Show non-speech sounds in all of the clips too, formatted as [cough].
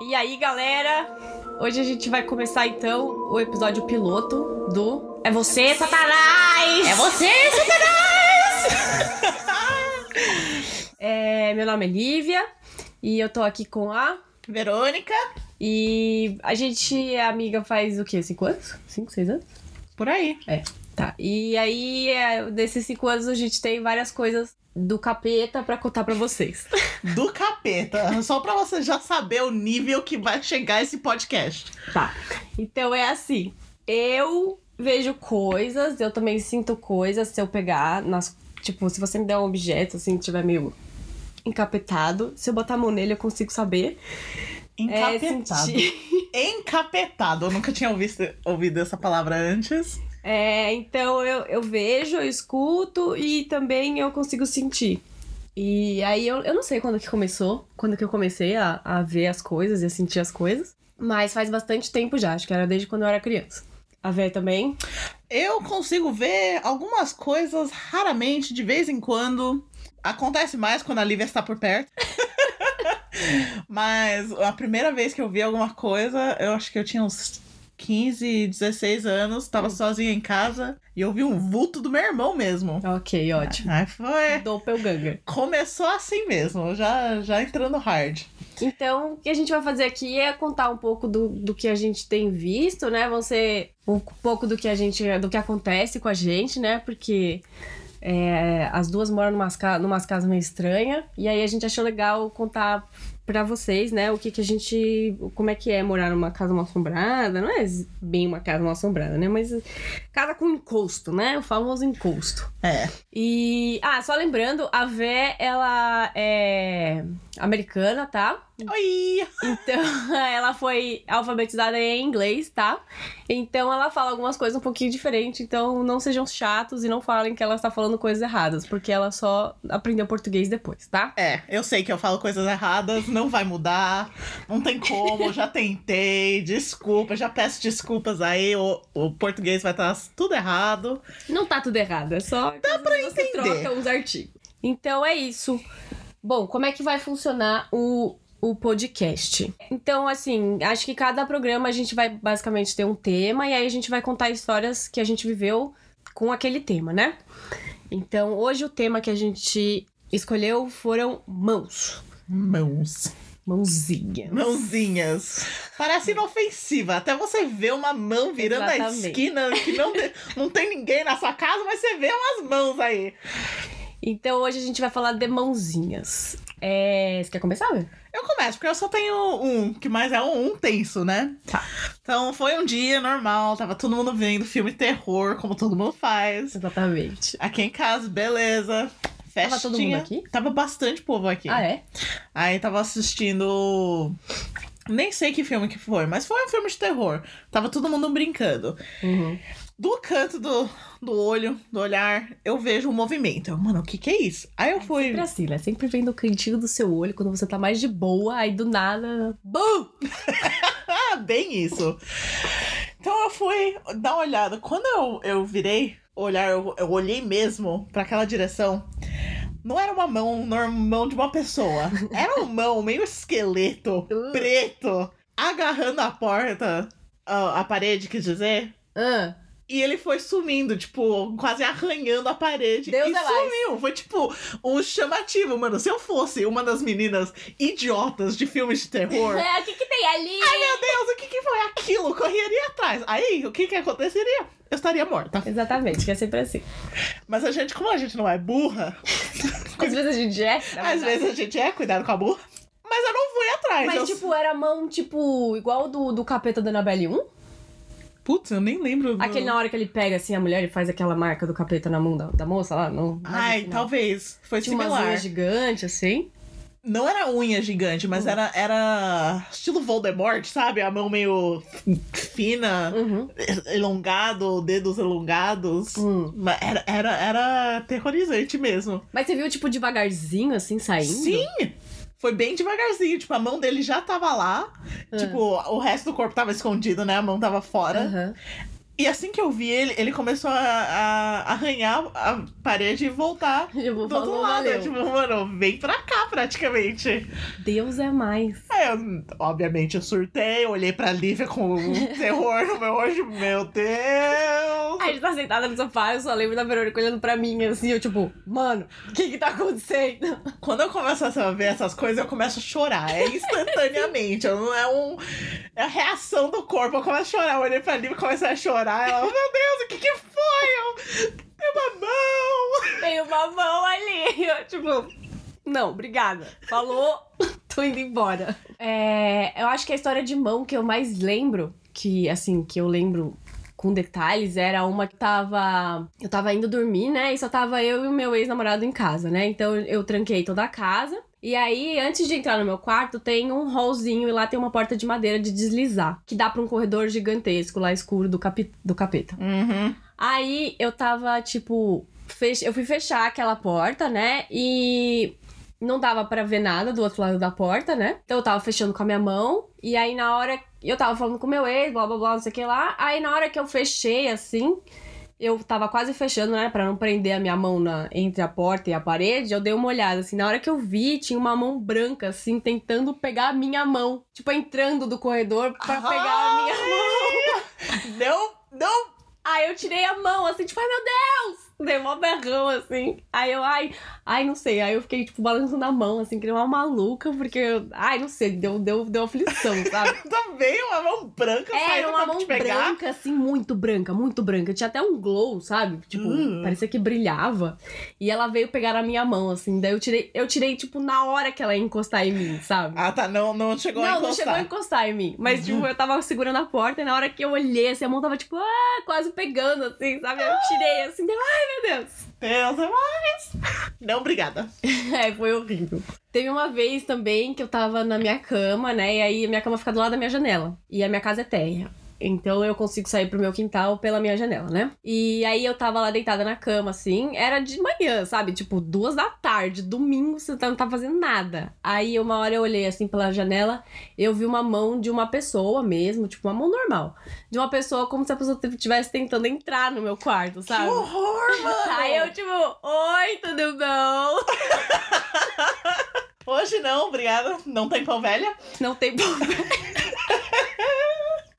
E aí, galera? Hoje a gente vai começar então o episódio piloto do É você, Satanás! É você, Satanás! é, meu nome é Lívia e eu tô aqui com a Verônica. E a gente é amiga faz o quê? Cinco anos? Cinco, seis anos? Por aí. É. Tá. E aí, é, desses cinco anos, a gente tem várias coisas do capeta pra contar pra vocês. Do capeta. Só pra você já saber o nível que vai chegar esse podcast. Tá. Então é assim. Eu vejo coisas, eu também sinto coisas se eu pegar nas. Tipo, se você me der um objeto, assim, que tiver meio encapetado, se eu botar a mão nele, eu consigo saber. É, É, Encapetado. Encapetado. Eu nunca tinha ouvido, ouvido essa palavra antes. [laughs] É, então eu, eu vejo, eu escuto e também eu consigo sentir. E aí eu, eu não sei quando que começou, quando que eu comecei a, a ver as coisas e a sentir as coisas, mas faz bastante tempo já, acho que era desde quando eu era criança. A ver também. Eu consigo ver algumas coisas raramente, de vez em quando. Acontece mais quando a Lívia está por perto. [laughs] mas a primeira vez que eu vi alguma coisa, eu acho que eu tinha uns 15, 16 anos, tava sozinha em casa e eu vi um vulto do meu irmão mesmo. Ok, ótimo. Aí foi. Doppelganger. Começou assim mesmo, já, já entrando hard. Então, o que a gente vai fazer aqui é contar um pouco do, do que a gente tem visto, né? Vão ser um pouco do que a gente. do que acontece com a gente, né? Porque é, as duas moram numa casa, numa casa meio estranha. E aí a gente achou legal contar pra vocês, né, o que que a gente, como é que é morar numa casa mal assombrada, não é bem uma casa mal assombrada, né, mas casa com encosto, né, o famoso encosto. É. E, ah, só lembrando, a Vé, ela é americana, tá? Oi! Então, [laughs] ela foi alfabetizada em inglês, tá? Então, ela fala algumas coisas um pouquinho diferente. Então, não sejam chatos e não falem que ela está falando coisas erradas, porque ela só aprendeu português depois, tá? É, eu sei que eu falo coisas erradas, não vai mudar, não tem como, já tentei, desculpa, já peço desculpas aí, o, o português vai estar tudo errado. Não tá tudo errado, é só. Dá pra você entender. troca os artigos. Então, é isso. Bom, como é que vai funcionar o, o podcast? Então, assim, acho que cada programa a gente vai basicamente ter um tema e aí a gente vai contar histórias que a gente viveu com aquele tema, né? Então, hoje o tema que a gente escolheu foram mãos. Mãos. Mãozinha. Mãozinhas. Parece inofensiva. Até você vê uma mão virando Exatamente. a esquina, que não, tem- não tem ninguém na sua casa, mas você vê umas mãos aí. Então, hoje a gente vai falar de mãozinhas. É... Você quer começar, Bê? Eu começo, porque eu só tenho um, que mais é um, um tenso, né? Tá. Então foi um dia normal, tava todo mundo vendo filme terror, como todo mundo faz. Exatamente. Aqui em casa, beleza. Festinha. Tava todo mundo aqui? Tava bastante povo aqui. Ah, é? Aí tava assistindo. Nem sei que filme que foi, mas foi um filme de terror. Tava todo mundo brincando. Uhum. Do canto do, do olho, do olhar, eu vejo um movimento. Eu, Mano, o que que é isso? Aí eu fui. Sempre assim, né? Sempre vem do cantinho do seu olho, quando você tá mais de boa, aí do nada. BUM! Ah, bem isso. Então eu fui dar uma olhada. Quando eu, eu virei olhar, eu, eu olhei mesmo pra aquela direção. Não era uma mão, não era uma mão de uma pessoa. Era uma mão meio esqueleto, preto, agarrando a porta, a, a parede, quer dizer. Ah, E ele foi sumindo, tipo, quase arranhando a parede. Deus e é mais. sumiu. Foi tipo um chamativo, mano. Se eu fosse uma das meninas idiotas de filmes de [laughs] terror, meu o que que tem ali? Deus, o que, que foi aquilo? Correria atrás. Aí, o que, que aconteceria? Eu estaria morta. Exatamente, que é sempre assim. Mas a gente, como a gente não é burra, Às vezes a gente é. na às verdade. vezes a gente um é, cuidado com a burra. Mas eu não fui atrás. eu... Mas, tipo, era a mão, tipo, igual do, do capeta da Anabelle Uhum. 1. putz, eu nem lembro. do- Aquele na hora que ele pega, assim, a mulher e faz aquela marca do capeta na mão da, da moça lá. Não, Ai, talvez. Foi Tinha umas similar. unhas gigantes, assim. Não era unha gigante, Hum. mas era, era estilo Voldemort, sabe? A mão meio fina, Uhum. elongado, dedos elongados. Hum. Mas Era, era, era terrorizante mesmo. Mas você viu, tipo, devagarzinho, assim, saindo? Sim! Foi bem devagarzinho, tipo, a mão dele já tava lá. Ah. Tipo, o resto do corpo tava escondido, né? A mão tava fora. Aham. E assim que eu vi ele, ele começou a, a arranhar a parede e voltar Eu vou do falar, outro lado. valeu. Tipo, mano, vem pra cá praticamente. Deus é mais. Aí eu, obviamente, eu surtei, olhei pra Lívia com um terror no meu olho, meu Deus! A gente tá sentada no sofá, eu só lembro da Verônica olhando pra mim, assim, eu tipo, mano, o que que tá acontecendo? Quando eu começo a ver essas coisas, eu começo a chorar. É instantaneamente. eu não é um. É a reação do corpo. Eu começo a chorar. Eu olhei pra Lívia e comecei a chorar. Ela, meu Deus, o que que foi? Eu, é uma mão! Tem uma mão ali. [laughs] Eu, tipo, não, obrigada. Falou, [laughs] tô indo embora. É, eu acho que a história de mão que eu mais lembro, que assim, que eu lembro com detalhes, era uma que tava. Eu tava indo dormir, né? E só tava eu e o meu ex-namorado em casa, né? Então eu tranquei toda a casa. E aí, antes de entrar no meu quarto, tem um hallzinho e lá tem uma porta de madeira de deslizar, que dá pra um corredor gigantesco lá escuro do, capi do capeta. Uhum. Aí eu tava, tipo, fech... eu fui fechar aquela porta, né? E não dava pra ver nada do outro lado da porta, né? Então eu tava fechando com a minha mão. E aí na hora. Eu tava falando com meu ex, blá blá blá, não sei o que lá. Aí na hora que eu fechei assim. Eu tava quase fechando, né? Pra não prender a minha mão na, entre a porta e a parede. Eu dei uma olhada, assim. Na hora que eu vi, tinha uma mão branca, assim, tentando pegar a minha mão. Tipo, entrando do corredor pra pegar a minha Não, não! Aí eu tirei a mão, assim, tipo, ai meu Deus! Dei mó berrão, assim. Aí eu, ai, ai, não sei. Aí eu fiquei, tipo, balançando a mão, assim, que nem uma maluca, porque eu, ai, não sei, deu, deu, deu [laughs] aflição, sabe? Também uma mão branca É, Era saindo uma pra mão te pegar. branca, assim, muito branca, muito branca. Tinha até um glow, sabe? Tipo, Hum. parecia que brilhava. E ela veio pegar na minha mão, assim. Daí eu tirei, eu tirei, tipo, na hora que ela ia encostar em mim, sabe? Ah, tá. Não, não chegou a Não, não encostar. Uhum. chegou a encostar em mim. Mas, tipo, eu tava segurando a porta e na hora que eu olhei, assim, a mão tava, tipo, ah, quase pegando, assim, sabe? Eu tirei, assim, deu, ai, meu Deus. Deus, é mais. Não, obrigada. [laughs] É, foi horrível. Teve uma vez também que eu tava na minha cama, né? E aí a minha cama fica do lado da minha janela. E a minha casa é térrea. Então eu consigo sair pro meu quintal pela minha janela, né? E aí eu tava lá deitada na cama, assim. Era de manhã, sabe? Tipo, duas da tarde, domingo, você tá- não tá fazendo nada. Aí uma hora eu olhei assim pela janela, eu vi uma mão de uma pessoa mesmo, tipo, uma mão normal. De uma pessoa como se a pessoa estivesse tentando entrar no meu quarto, sabe? Que horror, mano! Aí eu, tipo, oi, tudo bom? Hoje não, obrigada. Não tem pão velha. Não tem problema. [laughs]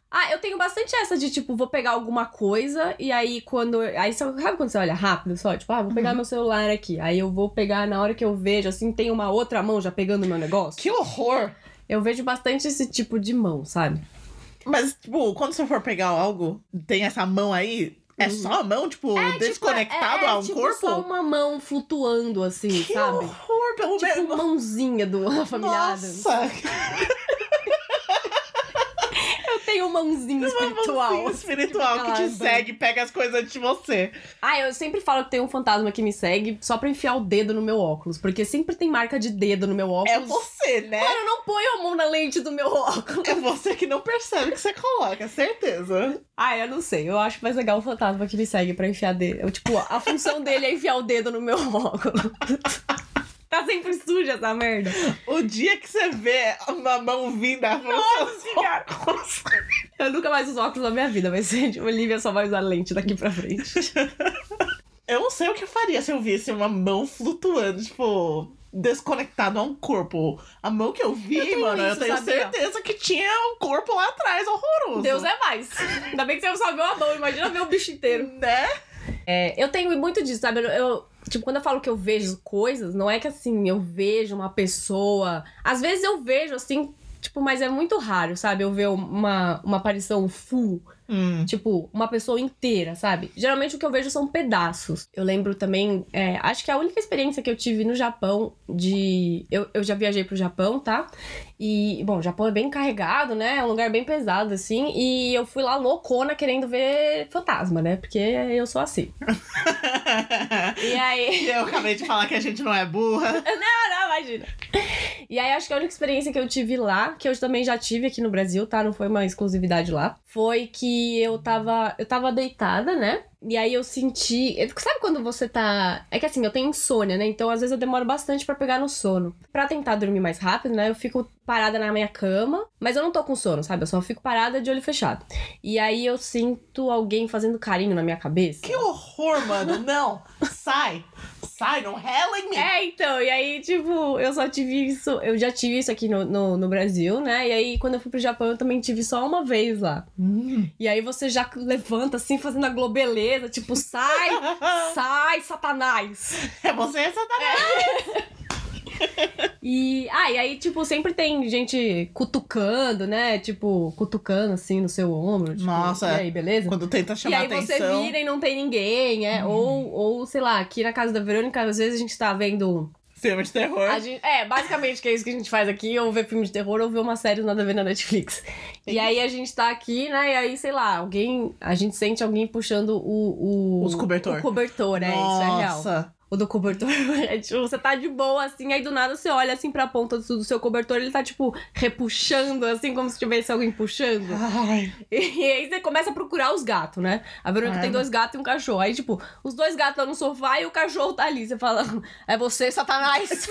Ah, eu tenho bastante essa de, tipo, vou pegar alguma coisa e aí quando. Aí você- sabe quando você olha rápido só? Tipo, ah, vou Uhum. pegar meu celular aqui. Aí eu vou pegar na hora que eu vejo, assim, tem uma outra mão já pegando meu negócio. Que horror! Eu vejo bastante esse tipo de mão, sabe? Mas, tipo, quando você for pegar algo, tem essa mão aí? É Uhum. só a mão, tipo, desconectado é, é, a um tipo, corpo? só uma mão flutuando, assim, Que sabe? horror, pelo Tipo, menos. mãozinha do [laughs] afamilhado. Nossa, Eu tenho mãozinha assim, tipo, espiritual. espiritual, espiritual que te Calada. segue, pega as coisas de você. Ah, eu sempre falo que tem um fantasma que me segue só pra enfiar o dedo no meu óculos. Porque sempre tem marca de dedo no meu óculos. É você, né? Cara, eu não ponho a mão na lente do meu óculos. É você que não percebe que você coloca, certeza. [laughs] Ah, eu não sei. Eu acho mais legal o fantasma que me segue pra enfiar dedo. Eu, tipo, a [laughs] função dele é enfiar o dedo no meu óculos. [laughs] tá sempre suja essa merda. O dia que você vê uma mão vinda, Nossa, Eu nunca mais uso óculos na minha vida, mas gente, Olivia só vai usar lente daqui pra frente. [laughs] eu não sei o que eu faria se eu visse uma mão flutuando, tipo, desconectado a um corpo. A mão que eu vi, Eu tenho mano, eu isso, tenho sabia? certeza que tinha um corpo lá atrás, horroroso. Deus é mais. Ainda bem que você só viu a mão, imagina ver o bicho inteiro. Né? É, eu tenho muito disso, sabe? Eu, eu- tipo, quando eu falo que eu vejo coisas, não é que assim, eu vejo uma pessoa. Às vezes eu vejo assim, tipo, mas é muito raro, sabe? Eu ver uma, uma aparição full, Hum. [laughs] tipo, uma pessoa inteira, sabe? Geralmente o que eu vejo são pedaços. Eu lembro também, é, acho que a única experiência que eu tive no Japão de. Eu, eu já viajei pro Japão, tá? E, bom, o Japão é bem carregado, né? É um lugar bem pesado, assim. E eu fui lá loucona querendo ver fantasma, né? Porque eu sou assim. E aí. eu acabei de falar que a gente não é burra. Ah, não, imagina. E aí, acho que a única experiência que eu tive lá, que eu também já tive aqui no Brasil, tá? Não foi uma exclusividade lá. Foi que eu tava. Eu tava deitada, né? E aí eu senti. eu- Sabe quando você tá. É que assim, eu tenho insônia, né? Então às vezes eu demoro bastante pra pegar no sono. Pra tentar dormir mais rápido, né? Eu fico parada na minha cama, mas eu não tô com sono, sabe? Eu só fico parada de olho fechado. E aí eu sinto alguém fazendo carinho na minha cabeça. Que horror, mano. Não. Sai. Sai, não rela em mim. [laughs] É, então, e aí, tipo, eu só tive isso, eu já tive isso aqui no, no, no Brasil, né? E aí, quando eu fui pro Japão, eu também tive só uma vez lá. Hum. E aí você já levanta, assim, fazendo a globeleza, tipo, [laughs] sai, sai, satanás! É você, essa E, ah, e aí, tipo, sempre tem gente cutucando, né? Tipo, cutucando, assim, no seu ombro. Tipo, Nossa. é. E aí, beleza? Quando tenta E chamar aí você atenção. Uhum. vira e não tem ninguém, é. Ou, ou, sei lá, aqui na casa da Verônica, às vezes a gente tá vendo. Filme de terror. a gente- é, basicamente que é isso que a gente faz aqui, ou ver filme de terror, ou ver uma série nada a ver na Netflix. E aí a gente tá aqui, né? E aí, sei lá, alguém. A gente sente alguém puxando o. o Os cobertor. O cobertor, é, isso é real. Nossa. O do cobertor, [laughs] é, tipo, você tá de boa, assim, aí do nada você olha assim pra ponta do do seu cobertor, ele tá, tipo, repuxando, assim, como se tivesse alguém puxando. [laughs] Ai. E aí você começa a procurar os gatos, né? A Verônica Ah, tem não. dois gatos e um cachorro. Aí, tipo, os dois gatos estão no sofá e o cachorro tá ali. Você fala, [laughs] é você, Satanás.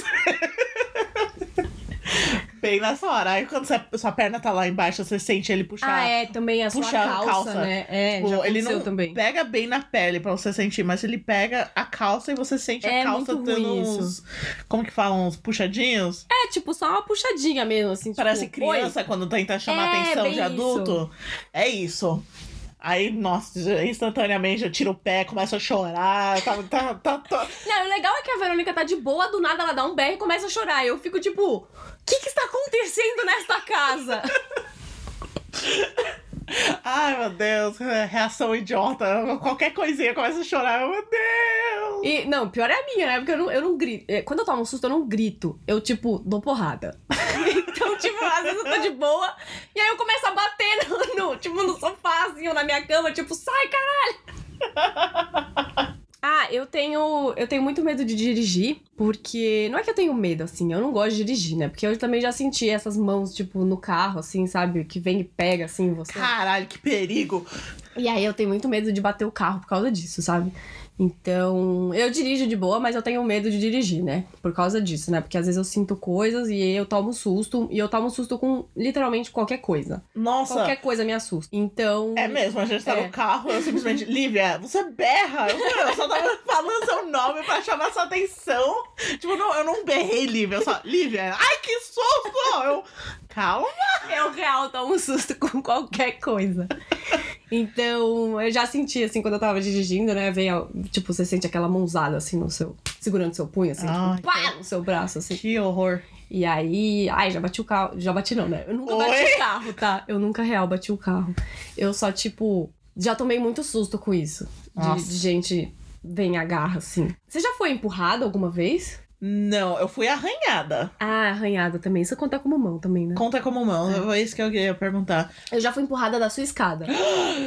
Bem nessa hora. Aí quando sua, sua perna tá lá embaixo, você sente ele puxar. Ah, é, também a sua Puxa a calça, calça. né? É, Tipo, já aconteceu ele não também. pega bem na pele pra você sentir, mas ele pega a calça e você sente É a calça muito ruim dando uns. Como que falam? Uns puxadinhos? É, tipo, só uma puxadinha mesmo, assim. Parece tipo, oi. criança quando tenta chamar É, atenção bem de adulto. É isso. Aí, nossa, já- instantaneamente eu tiro o pé, começo a chorar. Tá, tá, tá, tá. Não, o legal é que a Verônica tá de boa, do nada ela dá um berro e começa a chorar. Eu fico tipo, o que que está acontecendo nesta casa? Ai, meu Deus, reação idiota. Qualquer coisinha começa a chorar. Meu Deus! E, não, pior é a minha, né? Porque eu não, eu não grito. É, Quando eu tomo um susto, eu não grito. Eu, tipo, dou porrada. [laughs] então, tipo, às vezes eu tô de boa e aí eu começo a bater no, no- tipo, no sofá, assim, ou na minha cama, tipo, sai, caralho! Ah, eu tenho, eu tenho muito medo de dirigir, porque não é que eu tenho medo, assim, eu não gosto de dirigir, né? Porque eu também já senti essas mãos, tipo, no carro, assim, sabe? Que vem e pega, assim, você. Caralho, que perigo! E aí eu tenho muito medo de bater o carro por causa disso, sabe? Então, eu dirijo de boa, mas eu tenho medo de dirigir, né? Por causa disso, né? Porque às vezes eu sinto coisas e eu tomo susto, e eu tomo susto com literalmente qualquer coisa. Nossa! Qualquer coisa me assusta. Então, É mesmo, a gente tá É. no carro, eu simplesmente, Lívia, você berra! Eu, eu só tava [laughs] falando seu nome pra chamar sua atenção. Tipo, não, eu não berrei, Lívia, eu só, Lívia, ai que susto! Eu, calma! [laughs] eu real tomo susto com qualquer coisa. Então, eu já senti assim quando eu tava dirigindo, né? Vem, ó, tipo, você sente aquela mãozada assim no seu, segurando seu punho assim, Ai, tipo, pá, que- no seu braço assim. Que horror! E aí, ai, já bati o carro. Já bati não, né? Eu nunca bati Oi? o carro, tá? Eu nunca real bati o carro. Eu só, tipo, já tomei muito susto com isso. De, Nossa. de gente vem a garra, assim. Você já foi empurrada alguma vez? Não, eu fui arranhada. Ah, arranhada também. Isso conta como mão também, né? Conta como mão, foi isso que eu queria perguntar. Eu já fui empurrada da sua [gasps] escada.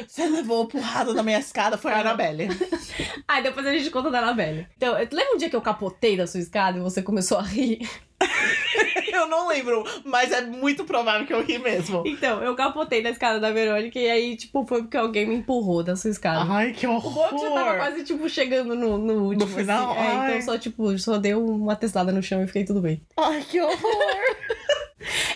Você levou porrada na minha escada, foi a Anabelle. [laughs] ai depois a gente conta da Anabelle. Então, eu- lembra um dia que eu capotei da sua escada e você começou a [laughs] rir? Eu não lembro, mas é muito provável que eu ri mesmo. Então, eu capotei da escada da Verônica e aí, tipo, foi porque alguém me empurrou da sua escada. Ai, que O bom é que você tava horror! quase, tipo, chegando no, no último. assim. final? É, Ai. então só, tipo, só deu uma testada no chão e fiquei tudo bem. Ai, que horror!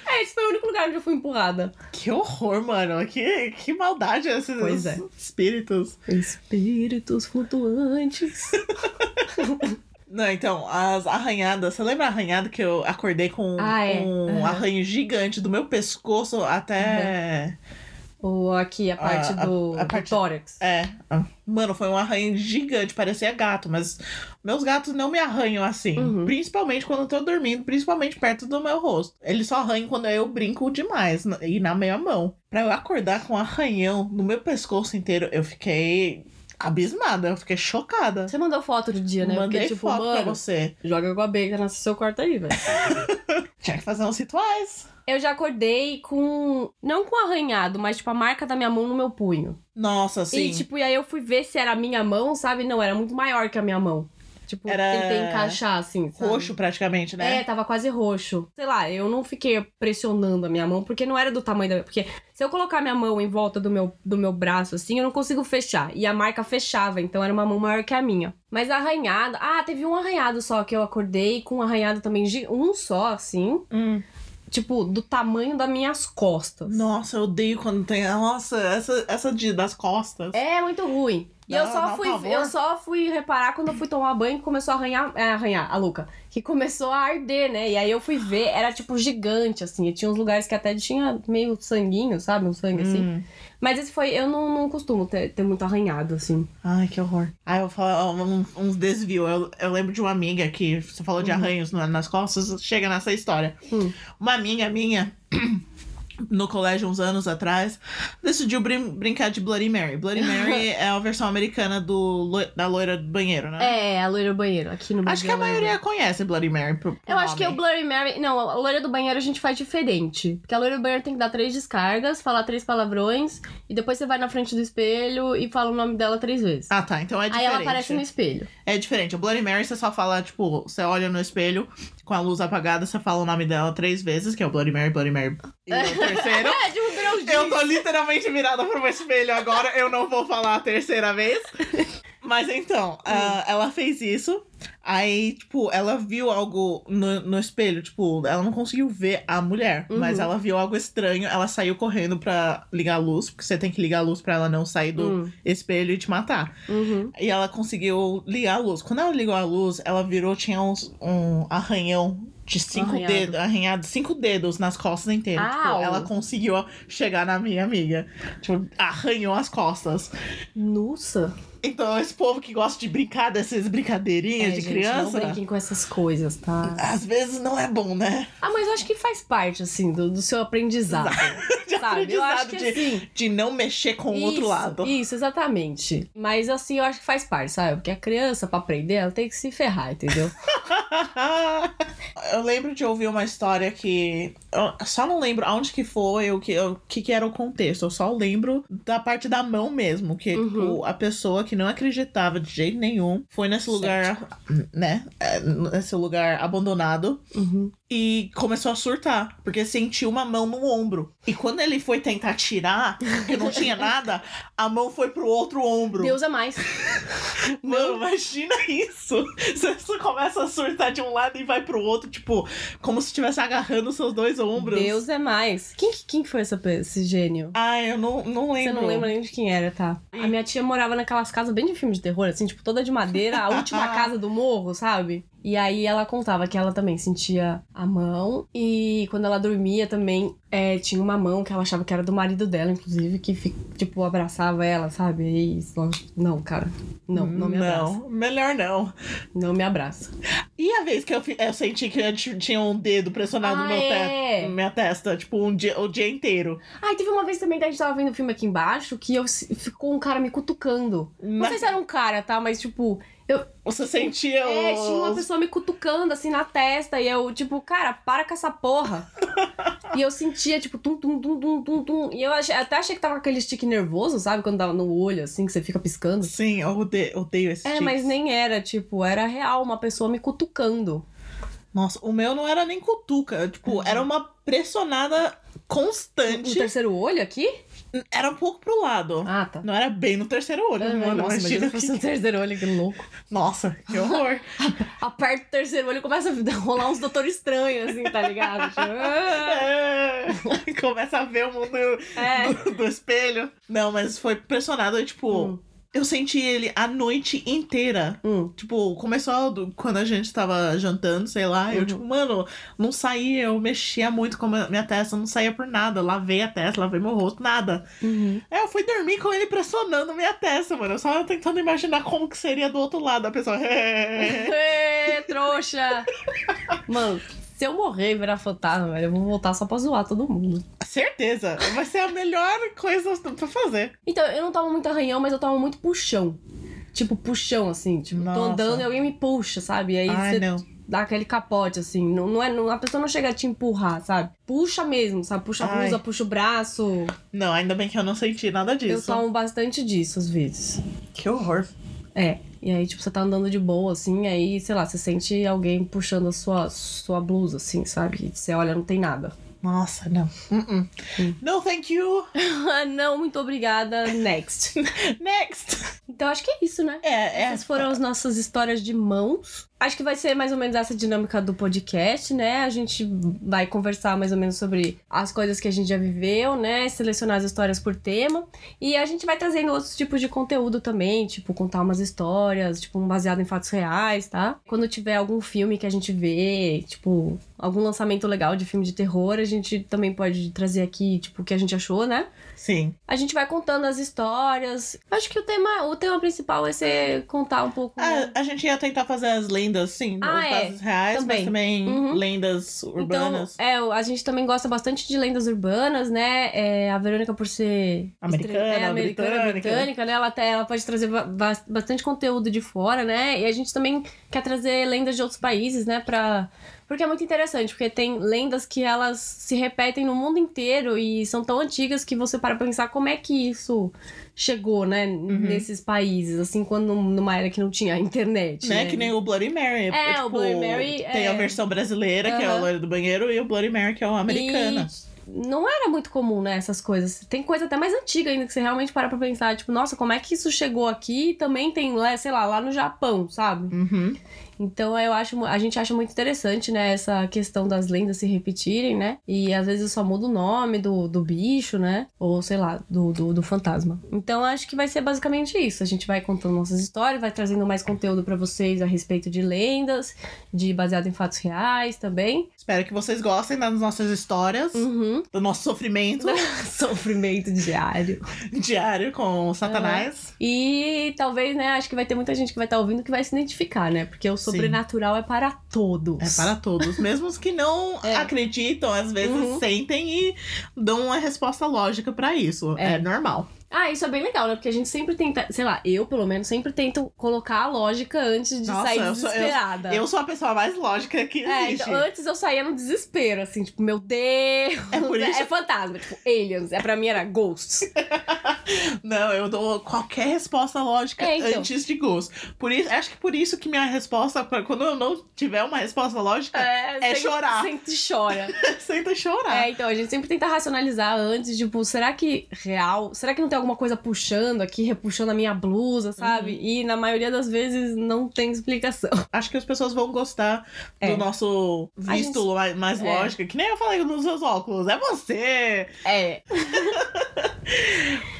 É, esse foi o único lugar onde eu fui empurrada. Que horror, mano. Que, que maldade esses Pois é. espíritos. Espíritos flutuantes. Não, então, as arranhadas. Você lembra a arranhada que eu acordei com Ah, é. um Aham. arranho gigante do meu pescoço até. [laughs] Ou aqui, Ah, a parte A- a- do, a do parte- tórax. É. Mano, foi um arranho gigante, parecia gato, mas meus gatos não me arranham assim. Uhum. Principalmente quando eu tô dormindo, principalmente perto do meu rosto. Eles só arranham quando eu brinco demais n- e na meia mão. Pra eu acordar com um arranhão no meu pescoço inteiro, eu fiquei abismada, eu fiquei chocada. Você mandou foto do dia, né? Eu Mandei fiquei, tipo, foto pra mano, você. joga água benta no seu quarto aí, velho. Tinha que fazer uns rituais. eu já acordei com... Não com arranhado, mas, tipo, a marca da minha mão no meu punho. Nossa, assim. E, tipo, e aí eu fui ver se era a minha mão, sabe? Não, era muito maior que a minha mão. Tipo, Era tentei encaixar, assim, sabe? roxo praticamente, né? É, tava quase roxo. Sei lá, eu não fiquei pressionando a minha mão, porque não era do tamanho da. Porque se eu colocar minha mão em volta do meu, do meu braço, assim, eu não consigo fechar. E a marca fechava, então era uma mão maior que a minha. Mas arranhado. Ah, teve um arranhado só que eu acordei com um arranhado também, gi- um só, assim. Hum. tipo, do tamanho das minhas costas. Nossa, eu odeio quando tem. Nossa, essa, essa de, das costas. É muito ruim. E Dá- eu dá só, um fui, pavor. eu só fui reparar quando eu fui tomar banho que começou a arranhar, é, arranhar a Luca. Que começou a arder, né? E aí eu fui ver, era tipo gigante, assim. E tinha uns lugares que até tinha meio sanguinho, sabe? Um sangue assim. Hum. Mas esse foi. Eu não, não costumo ter, ter muito arranhado, assim. Ai, que horror. Ai, eu vou falar um- um- uns desvios. Eu, eu lembro de uma amiga que você falou de arranhos na- nas costas, chega nessa história. Uhum. Hum. Uma amiga minha. [clears throat] No colégio, uns anos atrás, decidiu brin- brincar de Bloody Mary. [laughs] Bloody Mary é a versão americana do, lo- da loira do banheiro, né? É, a loira do banheiro, aqui no Acho Brasil. que a ela é- um maioria conhece Bloody Mary. pro- pro Eu acho que é o nome. Blurry Mary. Não, a loira do banheiro a gente faz diferente. Porque a loira do banheiro tem que dar três descargas, falar três palavrões, e depois você vai na frente do espelho e fala o nome dela três vezes. Ah, tá. Então é Aí diferente. ela aparece no espelho. É diferente. O Bloody Mary você só fala, tipo, você olha no espelho com a luz apagada, você fala o nome dela três vezes, que é o Bloody Mary, Bloody Mary. E é o terceiro. É, de um grão Eu tô literalmente virada pro meu espelho agora, eu não vou falar a terceira vez. Mas então, ah, ela fez isso. Aí, tipo, ela viu algo no, no espelho. Tipo, ela não conseguiu ver a mulher, Uhum. mas ela viu algo estranho. Ela saiu correndo pra ligar a luz, porque você tem que ligar a luz pra ela não sair do espelho e te matar. Uhum. E ela conseguiu ligar a luz. Quando ela ligou a luz, ela virou, tinha uns- um arranhão de cinco Arranhado. dedos, arranhado cinco dedos nas costas inteiras. Tipo, Au. ela conseguiu chegar na minha amiga. Tipo, arranhou as costas. Nossa. Então, esse povo que gosta de brincar dessas É, brincadeirinhas de gente, criança, Não brinquem com essas coisas, tá? às vezes não é bom, né? Ah, mas eu acho que faz parte, assim, do, do seu aprendizado. [laughs] De sabe? Eu acho aprendizado que de, assim. de não mexer com o outro Isso, lado. Isso, exatamente. Mas assim, eu acho que faz parte, sabe? Porque a criança, pra aprender, ela tem que se ferrar, entendeu? [laughs] eu lembro de ouvir uma história que. Eu só não lembro aonde que foi, o que, o que, que era o contexto. Eu só lembro da parte da mão mesmo. Que Uhum. tipo, a pessoa que não acreditava de jeito nenhum foi nesse lugar, né? é, Nesse lugar abandonado. Uhum. E começou a surtar, porque sentiu uma mão no ombro. E quando ele foi tentar tirar, que não tinha nada, a mão foi pro outro ombro. Deus é mais. Mano, imagina isso. [laughs] Você só começa a surtar de um lado e vai pro outro, tipo, como se estivesse agarrando os seus dois ombros. Deus é mais. Quem, que- quem que foi essa, pe- esse gênio? Ah, eu não, não Você lembro. não lembra nem de quem era, tá? A minha tia morava naquelas casas bem de filme de terror, assim, tipo, toda de madeira, a [laughs] última casa do morro, sabe? E aí ela contava que ela também sentia a mão e quando ela dormia também é, tinha uma mão que ela achava que era do marido dela, inclusive, que, fi- tipo, abraçava ela, sabe? E isso, não, cara, não, não me abraça. Não, melhor não. Não me abraça. E a vez que eu, fi- eu senti que eu t- tinha um dedo pressionado Ah, no meu é. teto, minha testa, tipo, um dia, o dia inteiro. Ai, teve uma vez também que a gente tava vendo um filme aqui embaixo que eu, se- ficou um cara me cutucando. Não Mas sei se era um cara, tá? Mas, tipo, Você sentia É, tinha uma os- pessoa me cutucando assim na testa e eu, tipo, cara, para com essa [laughs] porra. e eu sentia, tipo, tum, tum, tum, tum, tum, tum. E eu achei- até achei que tava com aquele stick nervoso, sabe? Quando tava no olho, assim, que você fica piscando. Sim, eu odeio, odeio esse É, tics. mas nem era, tipo, era real, uma pessoa me cutucando. Nossa, o meu não era nem cutuca. Tipo, era Uhum. uma pressionada O constante. terceiro olho aqui? Era um pouco pro lado. Ah, tá. Não era bem no terceiro olho, Ah, mano. nossa, imagina imagina que... se fosse o terceiro olho, que louco. Nossa, que horror. Aperta o terceiro olho e começa a [laughs] rolar uns doutor estranhos, assim, tá ligado? Tipo, [laughs] ah. [laughs] É. Começa a ver o mundo É. do, do espelho. Não, mas foi pressionado, eu, tipo. Hum. Eu senti ele a noite inteira. Hum. Tipo, começou do- quando a gente tava jantando, sei lá. Eu, Uhum. tipo, mano, não saía, eu mexia muito com a minha- minha testa, não saía por nada. Lavei a testa, lavei meu rosto, nada. Uhum. É, eu fui dormir com ele pressionando minha testa, mano. Eu só tentando imaginar como que seria do outro lado a pessoa. [laughs] Ê, trouxa! Mano, se eu morrer e virar fantasma, velho, eu vou voltar só pra zoar todo mundo. Certeza. Vai ser a melhor coisa pra fazer. Então, eu não tava muito arranhão, mas eu tava muito puxão. Tipo, puxão, assim. Tipo, tô Nossa. andando e alguém me puxa, sabe? E aí Ai, você né? não. dá aquele capote, assim. Não, não é, não- a pessoa não chega a te empurrar, sabe? Puxa mesmo, sabe? Puxa a Ai. blusa, puxa o braço. Não, ainda bem que eu não senti nada Eu disso. tomo bastante disso, às vezes. Que horror. É. E aí, tipo, você tá andando de boa, assim, aí, sei lá, você sente alguém puxando a sua, sua blusa, assim, sabe? E você olha, não tem nada. Nossa, não. Uh-uh. No, thank you. Ah, não, muito obrigada. Next. [laughs] Next. Então acho que é isso, né? É, é. Essas foram as nossas histórias de mãos. Acho que vai ser mais ou menos essa dinâmica do podcast, né? A gente vai conversar mais ou menos sobre as coisas que a gente já viveu, né? Selecionar as histórias por tema. E a gente vai trazendo outros tipos de conteúdo também, tipo contar umas histórias, tipo um baseado em fatos reais, tá? Quando tiver algum filme que a gente vê, tipo algum lançamento legal de filme de terror, a gente também pode trazer aqui, tipo, o que a gente achou, né? Sim. A gente vai contando as histórias. Acho que o tema, o tema principal vai ser contar um pouco. né? A, a gente ia tentar fazer as lendas, sim, Ah, os é. bases reais, Também. mas também Uhum. lendas urbanas. Então, é, o- a gente também gosta bastante de lendas urbanas, né? É, a Verônica, por ser Americana, estre- é, americana, britânica. britânica, né? Ela, até, ela pode trazer ba- ba- bastante conteúdo de fora, né? E a gente também quer trazer lendas de outros países, né? Pra... Porque é muito interessante, porque tem lendas que elas se repetem no mundo inteiro e são tão antigas que você para pra pensar como é que isso chegou, né? Uhum. Nesses países, assim, quando numa era que não tinha internet. Né? Que nem o Bloody Mary. Tipo, É, o Bloody Mary, Tem é. a versão brasileira, que é o Aham. loira do banheiro, e o Bloody Mary, que é o americana. E não era muito comum, né, essas coisas. Tem coisa até mais antiga ainda que você realmente para pra pensar, tipo, nossa, como é que isso chegou aqui? E Também tem, lá, sei lá, lá no Japão, sabe? Uhum. Então eu acho, mu- a gente acha muito interessante, né, essa questão das lendas se repetirem, né? E às vezes só muda o nome do, do bicho, né? Ou sei lá, do, do, do fantasma. Então acho que vai ser basicamente isso. A gente vai contando nossas histórias, vai trazendo mais conteúdo pra vocês a respeito de lendas, de baseado em fatos reais também. Espero que vocês gostem das nossas histórias, Uhum. do nosso sofrimento [laughs] Né? Sofrimento diário. [laughs] diário com o É. Satanás. E talvez, né, acho que vai ter muita gente que vai estar ouvindo que vai se identificar, né? Porque o Sim. sobrenatural é para todos. É para todos, mesmo os que não É. acreditam, às vezes Uhum. sentem e dão uma resposta lógica pra isso. É, É. normal. Ah, isso é bem legal, né? Porque a gente sempre tenta, sei lá, eu pelo menos sempre tento colocar a lógica antes de Nossa, sair eu sou- eu- desesperada. Eu sou a pessoa mais lógica que Tá. É, existe. então, antes eu saía no desespero, assim, tipo, meu Deus, É por [laughs] isso- é fantasma, tipo, aliens, é pra mim era ghosts. [laughs] Não, eu dou qualquer resposta lógica É, então. antes de gosto. Por isso, acho que por isso que minha resposta, pra- quando eu não tiver uma resposta [laughs] lógica, É, sempre- chorar. Tá. Sempre chora. [laughs] senta chorar. É, então, a gente sempre tenta racionalizar antes, tipo, será que real? Será que não tem alguma coisa puxando aqui, repuxando a minha blusa, sabe? Uhum. E na maioria das vezes não tem explicação. Acho que as pessoas vão gostar É. do nosso A gente- visto mais, mais é. lógica. Que nem eu falei nos seus óculos. É você! É.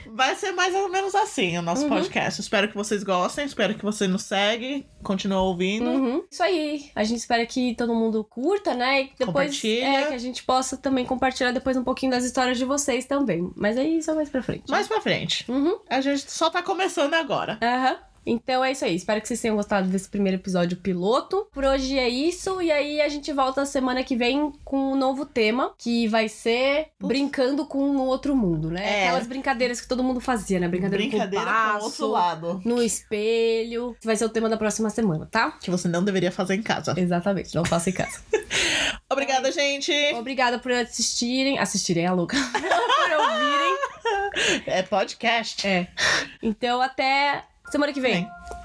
Vai ser mais ou menos assim o nosso Uhum. podcast. Espero que vocês gostem, espero que você nos segue, continue ouvindo. Uhum. Isso aí. A gente espera que todo mundo curta, né? E que depois Compartilha. é, que a gente possa também compartilhar depois um pouquinho das histórias de vocês também. Mas aí só mais pra frente. Mais pra frente. Uhum. A gente só tá começando agora. Aham. Então é isso aí. Espero que vocês tenham gostado desse primeiro episódio piloto. Por hoje é isso. E aí a gente volta semana que vem com um novo tema, que vai ser Putz. brincando com o outro mundo, né? É. Aquelas brincadeiras que todo mundo fazia, né? Brincadeira, Brincadeira com o com o baço, outro lado. no espelho. Vai ser o tema da próxima semana, tá? Que você não deveria fazer em casa. Exatamente. Não faça em casa. Obrigada, gente! Obrigada por assistirem. Assistirem, é louca. [laughs] por ouvirem. É podcast. É. Então até semana que vem. Bem,